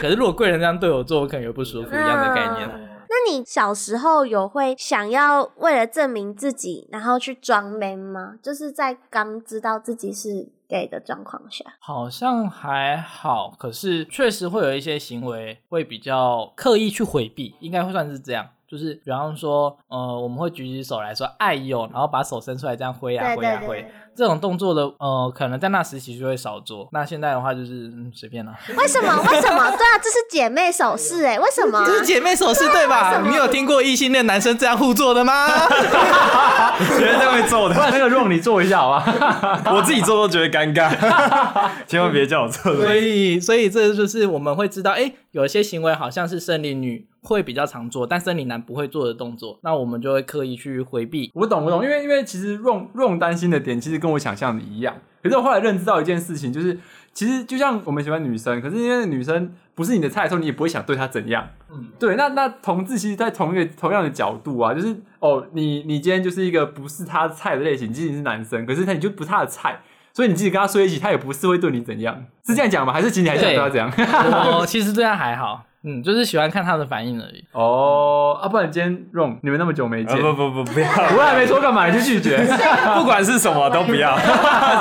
Speaker 4: 可是如果贵人这样对我做，我可能也会不舒服，一样的概念。
Speaker 2: 那你小时候有会想要为了证明自己，然后去装 man 吗？就是在刚知道自己是 gay 的状况下，
Speaker 4: 好像还好，可是确实会有一些行为会比较刻意去回避，应该会算是这样。就是比方说，呃，我们会举起手来说“哎呦”，然后把手伸出来这样挥呀
Speaker 2: 对
Speaker 4: 挥呀
Speaker 2: 对
Speaker 4: 挥
Speaker 2: 对，，
Speaker 4: 这种动作的，呃，可能在那时期就会少做。那现在的话就是、嗯、随便啦、
Speaker 2: 为什么？为什么？对啊，这是姐妹手势哎、为什么啊、
Speaker 5: 这是姐妹手势对吧？ 你有听过异性恋男生这样互做的吗？
Speaker 1: 觉得这样会揍
Speaker 3: 不
Speaker 1: 他，
Speaker 3: 然那个 r o n 你做一下好吧？
Speaker 1: 我自己做都觉得尴 尬，千万别叫我做。
Speaker 4: 所以，所以这就是我们会知道，哎，有些行为好像是生理女会比较常做，但生理男不会做的动作，那我们就会刻意去回避。
Speaker 3: 我懂，我懂，因为因为其实 Ron Ron 担心的点其实跟我想象的一样，可是我后来认知到一件事情，就是其实就像我们喜欢女生，可是因为女生不是你的菜的时候，你也不会想对她怎样。嗯，对，那那同志其实，在同一个同样的角度啊，就是哦，你你今天就是一个不是她菜的类型，即使你是男生，可是他你就不是她的菜。所以你自己跟她睡一起，她也不是会对你怎样，是这样讲吗？还是其实你还想对她怎样？
Speaker 4: 我其实对他还好，嗯，就是喜欢看他的反应而已。
Speaker 3: 哦，啊，不然今天 Ron 你们那么久没
Speaker 1: 啊
Speaker 3: 见，
Speaker 1: 不不不， 不要，
Speaker 3: 我还没说干嘛你就拒 绝，
Speaker 1: 不管是什么都不 要，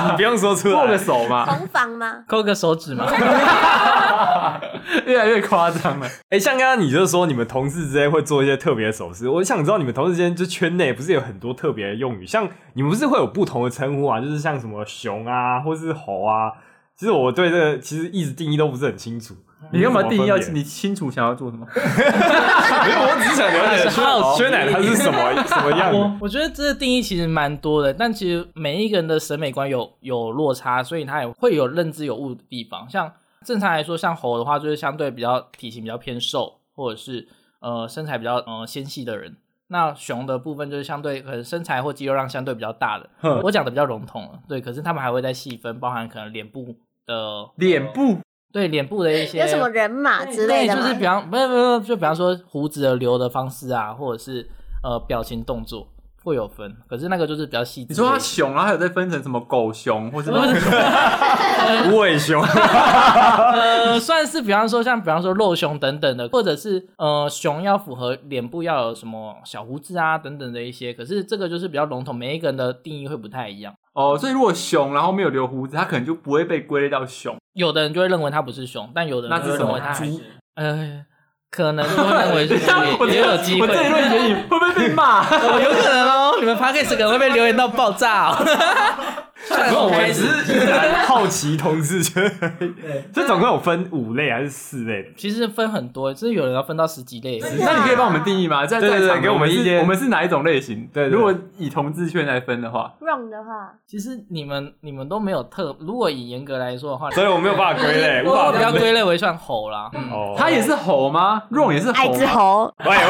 Speaker 1: 你不用说出
Speaker 3: 握个
Speaker 1: 来。
Speaker 3: 手嘛，
Speaker 2: 同房吗？
Speaker 4: 抠个手指嘛。
Speaker 3: 越来越夸张了。
Speaker 1: 哎、像刚刚你就说你们同事之间会做一些特别的手势，我想知道你们同事之间就圈内不是有很多特别的用语，像你们不是会有不同的称呼啊，就是像什么熊啊，或是猴啊。其实我对这个其实一直定义都不是很清楚。
Speaker 3: 你干嘛定义要
Speaker 1: 你们嗯怎么分别
Speaker 3: 你清楚想要做什么？
Speaker 1: 没有，我只是想了解
Speaker 4: 好
Speaker 1: 说
Speaker 4: 奇
Speaker 1: 薛奶他是什么什么样
Speaker 4: 我
Speaker 1: 的。
Speaker 4: 我觉得这个定义其实蛮多的，但其实每一个人的审美观有有落差，所以他也会有认知有误的地方。像正常来说，像猴的话，就是相对比较体型比较偏瘦，或者是呃身材比较呃纤细的人。那熊的部分就是相对可能身材或肌肉量相对比较大的
Speaker 1: 哼，
Speaker 4: 我讲的比较笼统了，对。可是他们还会再细分，包含可能脸部的
Speaker 3: 脸
Speaker 1: 哦
Speaker 3: 部
Speaker 4: 对脸部的一些
Speaker 2: 有什么人马啊之类
Speaker 4: 对，
Speaker 2: 的
Speaker 4: 就
Speaker 2: 吗？
Speaker 4: 是比方，不是不是，就比方说胡子的留的方式啊，或者是呃表情动作会有分，可是那个就是比较细致
Speaker 3: 你
Speaker 4: 的。
Speaker 3: 说它 熊，然后还有再分成什么狗熊或是
Speaker 4: 不
Speaker 1: 嗯
Speaker 4: 是
Speaker 1: 无尾熊，
Speaker 4: 呃，算是比方说像比方说露胸等等的，或者是呃熊要符合脸部要有什么小胡子啊等等的一些，可是这个就是比较笼统，每一个人的定义会不太一样。
Speaker 3: 哦，所以如果熊然后没有留胡子，它可能就不会被归类到熊。
Speaker 1: 嗯
Speaker 4: 有的人就会认为它不是熊，但有的
Speaker 3: 那
Speaker 4: 人就是
Speaker 3: 什
Speaker 4: 会认为
Speaker 3: 么
Speaker 4: 它还
Speaker 3: 猪？
Speaker 4: 呃，可能就会 认为是
Speaker 3: 我
Speaker 4: 猪也也有机
Speaker 3: 我
Speaker 4: 会。
Speaker 3: 这一论 言语会不会被骂？
Speaker 5: 哦
Speaker 4: 有可能哦，你们 p a c k a g e 可能会被留言到爆炸、哦。
Speaker 1: 没有，我只是一然好奇同志圈而已，这总共有分五类还是四类的？
Speaker 4: 其实分很多，就是有人要分到十几类。
Speaker 2: 真的
Speaker 3: 那你可以帮我们定义吗？在
Speaker 1: 对对
Speaker 3: 在
Speaker 1: 对
Speaker 3: 场
Speaker 1: 给我们
Speaker 3: 们
Speaker 1: 一
Speaker 3: 是
Speaker 1: 些
Speaker 3: 我们是哪一种类型？
Speaker 1: 对对对
Speaker 3: 如果以同志圈来分的话，
Speaker 2: wrong 的话，
Speaker 4: 其实你们你们都没有特，如果以严格来说的话，
Speaker 1: 所以我没有办法归类，无
Speaker 4: 我
Speaker 1: 法
Speaker 4: 我比较
Speaker 1: 分类。
Speaker 4: 归类为算猴啦。
Speaker 5: 嗯
Speaker 4: 嗯
Speaker 1: 哦，
Speaker 3: 他也是吼吗？肉也是吼
Speaker 2: 爱之
Speaker 3: 吗？
Speaker 2: 猴，
Speaker 1: 喂，喂喂喂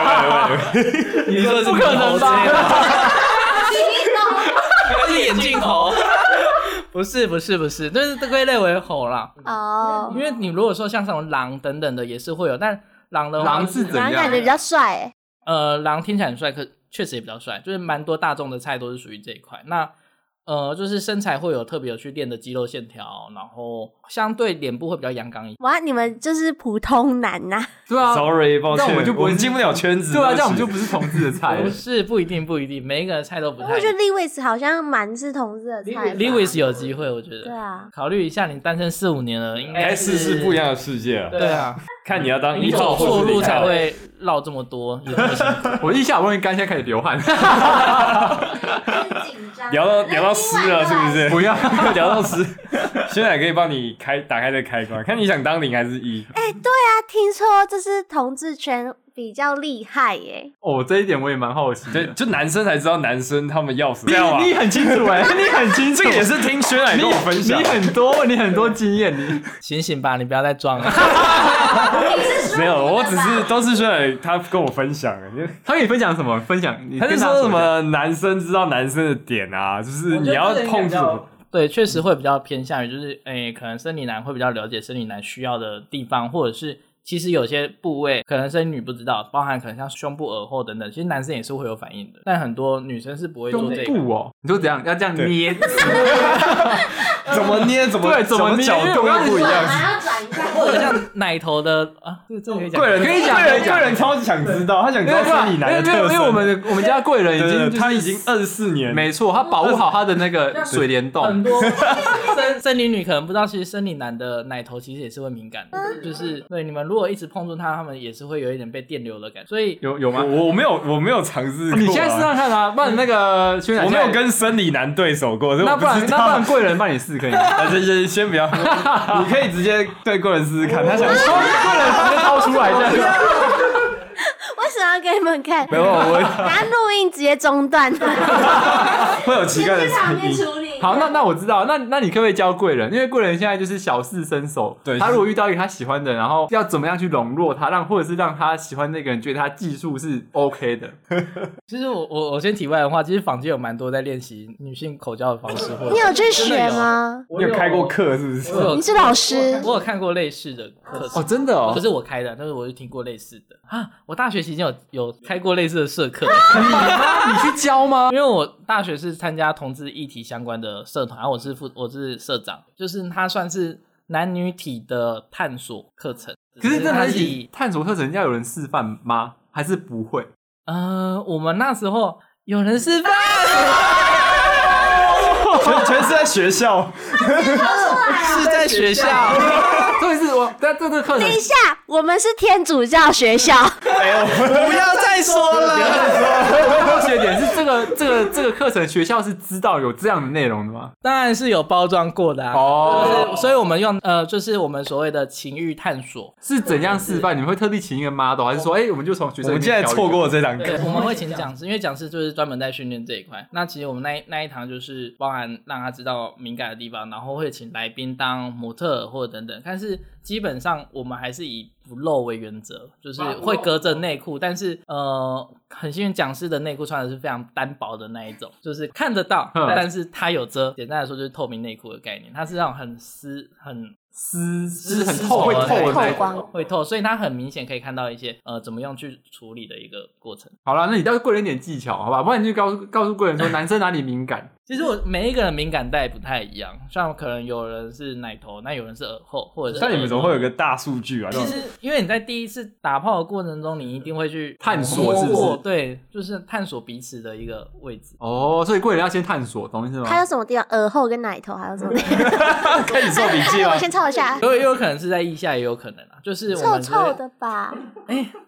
Speaker 1: 喂喂喂喂
Speaker 5: 你说是不可能吧？ 是眼镜猴，
Speaker 4: 不是不是不是，就是归类为猴啦。
Speaker 2: 哦
Speaker 4: 因，为你如果说像什么狼等等的也是会有，但狼的话
Speaker 3: 狼是怎
Speaker 2: 然后感
Speaker 3: 样
Speaker 2: 觉？比较帅欸，
Speaker 4: 呃，狼听起来很帅，可确实也比较帅，就是蛮多大众的菜都是属于这一块。那呃，就是身材会有特别有去练的肌肉线条，然后相对脸部会比较阳刚一点。
Speaker 2: 哇，你们就是普通男呐，
Speaker 3: 对啊，
Speaker 1: ，sorry，抱歉，
Speaker 3: 那我们就不会
Speaker 1: 进不了圈子。
Speaker 3: 对啊，这
Speaker 1: 对
Speaker 3: 样我
Speaker 1: 不起
Speaker 3: 们就不是同志的菜
Speaker 4: 不。是不一定不一定，每一个人菜都不太
Speaker 2: 我
Speaker 4: 一
Speaker 2: 觉得
Speaker 4: 样。
Speaker 2: Lewis 好像蛮是同志的菜吧。
Speaker 4: Lewis 有机会，我觉得。
Speaker 2: 对 啊，
Speaker 4: 考虑一下，你单身四五年了，应该
Speaker 1: 哎，
Speaker 4: 是
Speaker 1: 是是不一。样的世界了。
Speaker 4: 对啊，
Speaker 1: 看你要当
Speaker 4: 你
Speaker 1: 一
Speaker 4: 走
Speaker 1: 号
Speaker 4: 错
Speaker 1: 或是
Speaker 4: 路
Speaker 1: 零
Speaker 4: 才
Speaker 1: 号。
Speaker 4: 会绕这么多。也这么辛苦
Speaker 3: 我一下我问你，刚现在开始流汗，
Speaker 2: 紧张
Speaker 1: 聊到聊到湿了是 不？是？
Speaker 3: 不要。
Speaker 1: 聊到湿，轩仔可以帮你开打开这个开关，看你想当零还是一。
Speaker 2: 他听说就是同志圈比较厉害耶，
Speaker 3: 哦，这一点我也蛮好奇
Speaker 1: 对，
Speaker 3: 的。
Speaker 1: 就男生才知道男生他们要什么。
Speaker 3: 你
Speaker 1: 这样啊
Speaker 3: 你很清楚哎， 你很清楚，
Speaker 1: 这个也是听轩仔
Speaker 3: 你
Speaker 1: 跟我分享
Speaker 3: 你，很多，你很多经验，你
Speaker 4: 醒醒吧，你不要再装了。
Speaker 1: 没有，我只是都是轩仔他跟我分享的。就
Speaker 3: 他跟你分享什么？分享你
Speaker 1: 他就
Speaker 3: 跟
Speaker 1: 说什
Speaker 3: 讲
Speaker 1: 么男生知道男生的点啊，就是你要碰触。
Speaker 4: 对，确实会比较偏向于就是，诶，可能生理男会比较了解生理男需要的地方，或者是其实有些部位可能生理女不知道，包含可能像胸部、耳后等等，其实男生也是会有反应的，但很多女生是不会做
Speaker 3: 胸
Speaker 4: 这个。
Speaker 3: 部哦？你说怎样？要这样
Speaker 1: 对
Speaker 3: 捏？
Speaker 1: 怎么 捏怎
Speaker 3: 对怎么捏
Speaker 1: 角度又不一样。
Speaker 2: 要转一下，
Speaker 4: 或者像奶头的啊，这个这个可以讲。
Speaker 1: 贵人
Speaker 3: 可以讲
Speaker 1: 贵
Speaker 3: 可
Speaker 1: 人
Speaker 3: 以讲
Speaker 1: 贵人超级想知道，他想知
Speaker 3: 没
Speaker 1: 道
Speaker 3: 有对吧
Speaker 1: 生理男的
Speaker 3: 因为
Speaker 1: 特色。
Speaker 3: 因为我们的我们家贵人已
Speaker 1: 对对
Speaker 3: 经
Speaker 1: 对
Speaker 3: 就是
Speaker 1: 他已经二十四年，
Speaker 3: 没错，他保护好他的那个水帘洞
Speaker 4: 很。多生生理女可能不知道，其实生理男的奶头其实也是会敏感的，就是对你们如果一直碰触它，他们也是会有一点被电流的感觉。所以
Speaker 3: 有有吗
Speaker 1: 我？我没有我没有尝试过啊。
Speaker 3: 你现在试上看啊，不然那个轩仔
Speaker 1: 我
Speaker 3: 现
Speaker 1: 没
Speaker 3: 在
Speaker 1: 有跟生理男对手过，所以
Speaker 3: 那
Speaker 1: 我
Speaker 3: 不
Speaker 1: 不
Speaker 3: 然
Speaker 1: 知
Speaker 3: 那不
Speaker 1: 道
Speaker 3: 然。贵人帮你试可以吗？
Speaker 1: 啊先先先不要，你可以直接对贵人试试看，他想。
Speaker 3: 贵人直接掏出来这样。
Speaker 2: 为什么要给你们看？
Speaker 1: 没有，我
Speaker 2: 等下录音直接 中断，
Speaker 1: 会有奇怪的声音。
Speaker 2: 理
Speaker 3: 好，那那我知道，那那你可不可以教贵人？因为贵人现在就是小事身手，
Speaker 1: 对
Speaker 3: 他
Speaker 1: 是
Speaker 3: 如果遇到一个他喜欢的，然后要怎么样去笼络他，让或者是让他喜欢那个人觉得他技术是 OK 的。
Speaker 4: 其实我我我先题外的话，其实坊间有蛮多在练习女性口交的方式，或者
Speaker 2: 你有去学吗？
Speaker 1: 你有开过？课是不是？
Speaker 4: 我有
Speaker 2: 你是老师，
Speaker 4: 我有看过类似的课程，
Speaker 3: 哦，真的哦
Speaker 4: 不，是我开的，但是我就听过类似的啊。我大学期间有有开过类似的社课，
Speaker 3: 啊你去教 吗？
Speaker 4: 因为我大学是参加同志议题相关的社团，然后我是副我是社长，就是它算是男女体的探索课程。
Speaker 3: 可是这
Speaker 4: 它
Speaker 3: 还
Speaker 4: 是
Speaker 3: 是
Speaker 4: 以
Speaker 3: 以探索课程要有人示范吗？ 还是不会？
Speaker 4: 呃，我们那时候有人示范，
Speaker 1: 全全是在学校，
Speaker 5: 是在学校。
Speaker 3: 所以是我，但这个课程
Speaker 2: 等一下，我们是天主教学校，
Speaker 5: 不要再说了，
Speaker 3: 科学点是这个这个这个课程学校是知道有这样的内容的吗？
Speaker 4: 当然是有包装过的、啊。
Speaker 3: 哦，
Speaker 4: 就是，所以我们用呃，就是我们所谓的情欲探索，
Speaker 3: 是怎样示范？你们会特地请一个 model，还是说，哎、我们就从学
Speaker 1: 我
Speaker 3: 生里
Speaker 1: 们
Speaker 3: 面
Speaker 1: 现在
Speaker 3: 挑一个
Speaker 1: 错过了这堂课
Speaker 4: 对，。我们会请讲师，因为讲师就是专门在训练这一块。那其实我们那一那一堂就是包含让他知道敏感的地方，然后会请来宾当模特或者等等。但是基本上我们还是以不露为原则，就是会隔着内裤，但是呃，很幸运讲师的内裤穿的是非常单薄的那一种，就是看得到，
Speaker 3: 嗯
Speaker 4: 但是它有遮。简单来说就是透明内裤的概念，它是那种很湿很
Speaker 3: 丝是
Speaker 4: 丝
Speaker 3: 很透会
Speaker 4: 丝
Speaker 3: 透的那一
Speaker 2: 透
Speaker 3: 种
Speaker 2: 光。
Speaker 4: 会透，所以它很明显可以看到一些呃怎么样去处理的一个过程。
Speaker 3: 好了，那你倒是贵人一点技巧，好吧？不然你就告诉告诉贵人说男生哪里敏感，
Speaker 4: 其实我每一个人敏感带不太一样，像可能有人是奶头，那有人是耳后，或者是
Speaker 1: 像你们怎么会有个大数据啊？这
Speaker 4: 其
Speaker 1: 种
Speaker 4: 实因为你在第一次打炮的过程中，你一定会去
Speaker 3: 探索是不是
Speaker 4: 摸过对，就是探索彼此的一个位置。
Speaker 3: 哦，所以贵人要先探索，懂意思吗？
Speaker 2: 还有什么地方？耳后跟奶头还有什么地方？ 哎
Speaker 1: 开始做笔记
Speaker 2: 我
Speaker 1: 吗？
Speaker 2: 先抄一下，
Speaker 4: 有也有可能是在腋下，也有可能啊，就是我
Speaker 2: 臭
Speaker 4: 们
Speaker 2: 臭
Speaker 4: 就会
Speaker 2: 的吧？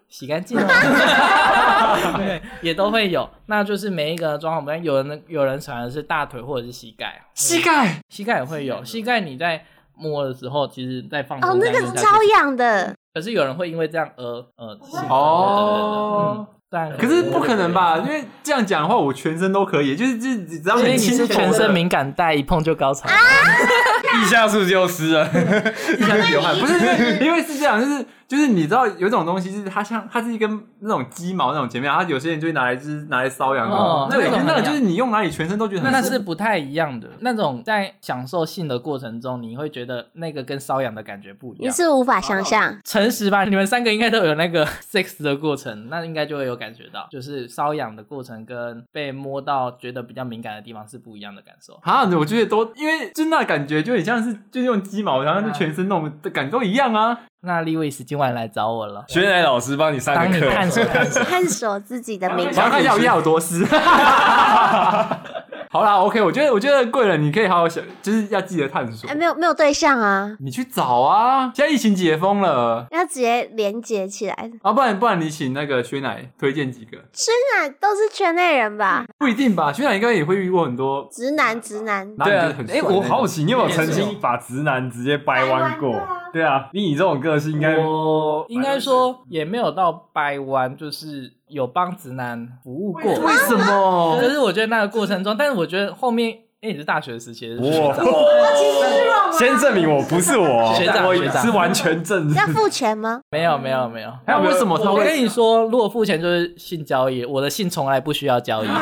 Speaker 4: 洗干净了。 对，也都会有。那就是每一个装潢不一样，有人有人传的是大腿或者是膝盖，啊
Speaker 3: 膝盖
Speaker 4: 膝盖也会有。膝盖你在摸的时候，其实在放
Speaker 2: 哦，
Speaker 4: 松
Speaker 2: 那
Speaker 4: 在
Speaker 2: 个
Speaker 4: 用下去
Speaker 2: 超痒的，
Speaker 4: 可是有人会因为这样而呃兴奋
Speaker 3: 哦，
Speaker 4: 对对对对嗯但
Speaker 3: 可是不可能吧？因为这样讲的话，我全身都可以，就是就是只要
Speaker 4: 因为
Speaker 3: 很
Speaker 4: 你
Speaker 3: 轻
Speaker 4: 是
Speaker 3: 松的
Speaker 4: 全身敏感带，一碰就高潮。
Speaker 3: 啊
Speaker 1: 腋下是不是又湿 了？
Speaker 3: 一下就流汗，不是因为因为是这样，就是就是你知道有一种东西是它像它是一根那种鸡毛那种前面，它有些人就会拿来就是拿来瘙痒
Speaker 4: 哦
Speaker 3: 对，
Speaker 4: 那种
Speaker 3: 就是那个
Speaker 4: 很
Speaker 3: 就
Speaker 4: 痒
Speaker 3: 是你用哪里全身都觉得很
Speaker 4: 那
Speaker 3: 舒服
Speaker 4: 是不太一样的，那种在享受性的过程中，你会觉得那个跟瘙痒的感觉不一
Speaker 2: 你
Speaker 4: 样。
Speaker 2: 是无法想象。
Speaker 4: 诚实吧，你们三个应该都有那个 sex 的过程，那应该就会有感觉到，就是瘙痒的过程跟被摸到觉得比较敏感的地方是不一样的感受。
Speaker 3: 啊，我觉得都因为就那感觉就很像是就是用鸡毛，
Speaker 4: 啊
Speaker 3: 然后就全身弄的感觉都一样啊。
Speaker 4: 那 Lewis 今晚来找我了，
Speaker 1: 学奶老师帮你上
Speaker 4: 当
Speaker 1: 个
Speaker 4: 你探
Speaker 1: 课，
Speaker 4: 索探索。
Speaker 2: 探索自己的敏
Speaker 3: 我要
Speaker 2: 感，
Speaker 3: 看一下我一下有多湿。 好啦，OK，我觉得我觉得贵人你可以好好想，就是要记得探索
Speaker 2: 哎，。没有没有对象啊，
Speaker 3: 你去找啊！现在疫情解封了
Speaker 2: 要直接连接起来。
Speaker 3: 啊，不然不然你请那个薛奶推荐几个，
Speaker 2: 直男啊都是圈内人吧？
Speaker 3: 不一定吧？薛奶应该也会遇过很多，
Speaker 2: 直男直男，
Speaker 3: 然后
Speaker 1: 对
Speaker 3: 你觉
Speaker 1: 啊
Speaker 3: 得很，帅
Speaker 1: 哎、
Speaker 3: 的那种
Speaker 1: 我好奇，你有没有曾经把直男直接掰弯过？对啊，以你这种个性，应该
Speaker 4: 我应该说也没有到掰弯，就是有帮直男服务过。哦
Speaker 3: 为什么？
Speaker 4: 就是我觉得那个过程中，但是我觉得后面，哎、你是大学时期的学长，
Speaker 1: 我先证明我不是我，
Speaker 4: 学长
Speaker 1: 我
Speaker 4: 学长
Speaker 1: 是完全正
Speaker 2: 要
Speaker 1: 直。
Speaker 2: 付钱吗？
Speaker 4: 没有没有没有。
Speaker 3: 那为什么他
Speaker 4: 我跟
Speaker 3: 会？
Speaker 4: 你说，如果付钱就是性交易，我的性从来不需要交易，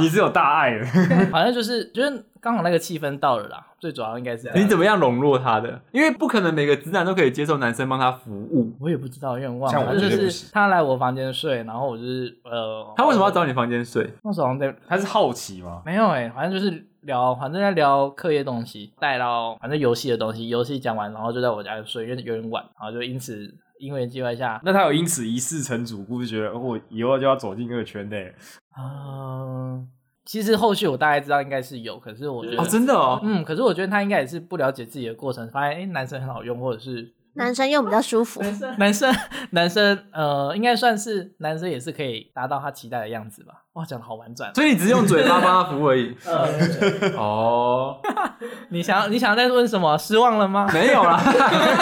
Speaker 1: 你是有大爱的，
Speaker 4: 好像就是就是刚好那个气氛到了啦，最主要应该是这样
Speaker 3: 你怎么样笼络他的？因为不可能每个直男都可以接受男生帮他服务。
Speaker 4: 我也不知道愿望，
Speaker 1: 像我
Speaker 4: 就
Speaker 1: 绝对不
Speaker 4: 是
Speaker 1: 是
Speaker 4: 他来我房间睡，然后我就是呃，
Speaker 3: 他为什么要找你房间睡？
Speaker 4: 那时候好像在
Speaker 1: 他是好奇吗？
Speaker 4: 没有哎、反正就是聊，反正在聊课业东西，带到反正游戏的东西，游戏讲完，然后就在我家睡，因为有点晚，然后就因此因为计划下，
Speaker 1: 那他有因此一世成主顾，就觉得哦我以后就要走进这个圈内。
Speaker 4: 嗯，其实后续我大概知道应该是有，可是我觉得，
Speaker 3: 哦，真的哦，
Speaker 4: 嗯，可是我觉得他应该也是不了解自己的过程，发现哎、诶男生很好用，或者是
Speaker 2: 男生用比较舒服。
Speaker 4: 男生男生呃，应该算是男生也是可以达到他期待的样子吧。哇，讲的好婉转。哦
Speaker 3: 所以你只是用嘴巴帮他服务而 已。
Speaker 1: 嗯
Speaker 3: 哦，
Speaker 4: 你想要你想要再问什么？失望了吗？
Speaker 3: 没有啦，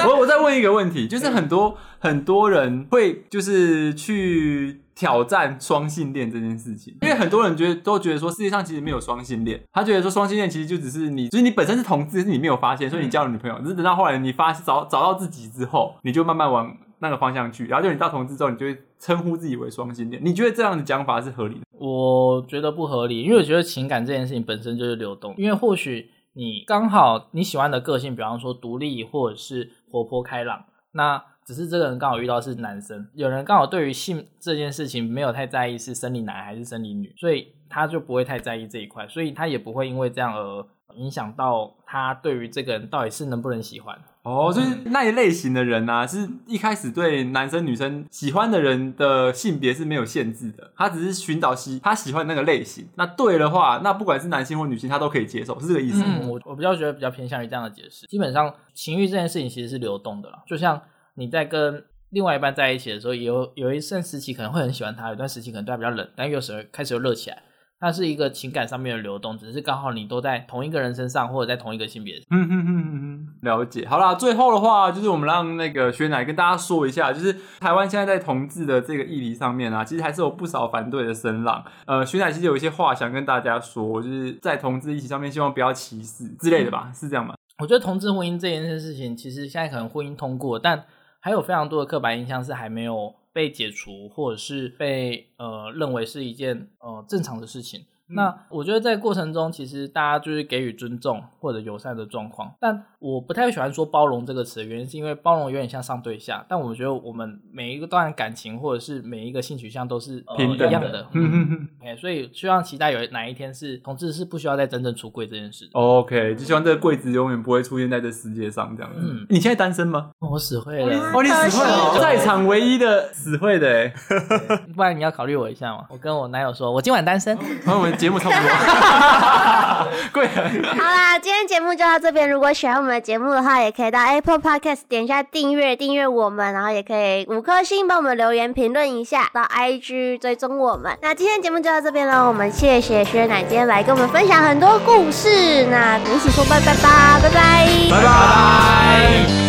Speaker 3: 我我再问一个问题，就是很多很多人会就是去挑战双性恋这件事情，因为很多人觉得都觉得说世界上其实没有双性恋，他觉得说双性恋其实就只是你，就是你本身是同志，是你没有发现，所以你交了女朋友，只是等到后来你发找找到自己之后，你就慢慢往那个方向去，然后就你到同志之后，你就会称呼自己为双性恋，你觉得这样的讲法是合理的？
Speaker 4: 我觉得不合理，因为我觉得情感这件事情本身就是流动，因为或许你刚好你喜欢的个性，比方说独立或者是活泼开朗，那只是这个人刚好遇到是男生，有人刚好对于性这件事情没有太在意是生理男还是生理女，所以他就不会太在意这一块，所以他也不会因为这样而影响到他对于这个人到底是能不能喜欢。
Speaker 3: 哦，就是那一类型的人啊，是一开始对男生女生喜欢的人的性别是没有限制的，他只是寻找喜他喜欢那个类型。那对的话，那不管是男性或女性，他都可以接受，是这个意思。
Speaker 4: 嗯，我我比较觉得比较偏向于这样的解释。基本上，情欲这件事情其实是流动的啦，就像你在跟另外一半在一起的时候，有有一段时期可能会很喜欢他，有段时期可能对他比较冷，但有时候开始又热起来。它是一个情感上面的流动，只是刚好你都在同一个人身上，或者在同一个性别上。
Speaker 3: 嗯哼哼哼哼，了解。好啦，最后的话就是我们让那个薛奶跟大家说一下，就是台湾现在在同志的这个议题上面啊，其实还是有不少反对的声浪。呃，薛奶其实有一些话想跟大家说，就是在同志议题上面，希望不要歧视之类的吧，是这样吗？
Speaker 4: 我觉得同志婚姻这件事情，其实现在可能婚姻通过，但还有非常多的刻板印象是还没有被解除，或者是被呃认为是一件呃正常的事情。
Speaker 3: 嗯
Speaker 4: 那我觉得在过程中，其实大家就是给予尊重或者友善的状况，但我不太喜欢说包容这个词，原因是因为包容有点像上对下，但我觉得我们每一个段感情或者是每一个性取向都是、呃
Speaker 3: 平等的
Speaker 4: 一样的，
Speaker 3: 嗯
Speaker 4: 嗯
Speaker 3: 哼哼。
Speaker 4: o 所以希望期待有哪一天是同志是不需要再真正出柜这件事的。
Speaker 3: OK，就希望这个柜子永远不会出现在这世界上，这样子。
Speaker 4: 嗯
Speaker 3: 你现在单身吗？
Speaker 4: 我死会了。
Speaker 3: 哦，你死会
Speaker 2: 可
Speaker 3: 了，
Speaker 2: 惜
Speaker 3: 在场唯一的死会的哎。
Speaker 4: 不然你要考虑我一下嘛。我跟我男友说，我今晚单身。
Speaker 3: 那我们节目差不多。 贵人，
Speaker 2: 好啦，今天节目就到这边。如果喜欢我们的节目的话，也可以到 Apple Podcast 点一下订阅，订阅我们，然后也可以五颗星帮我们留言评论一下，到 IG 追踪我们。那今天节目就到这边了，我们谢谢薛奶今天来跟我们分享很多故事。那我们一起说拜拜吧，拜拜。
Speaker 3: 拜拜。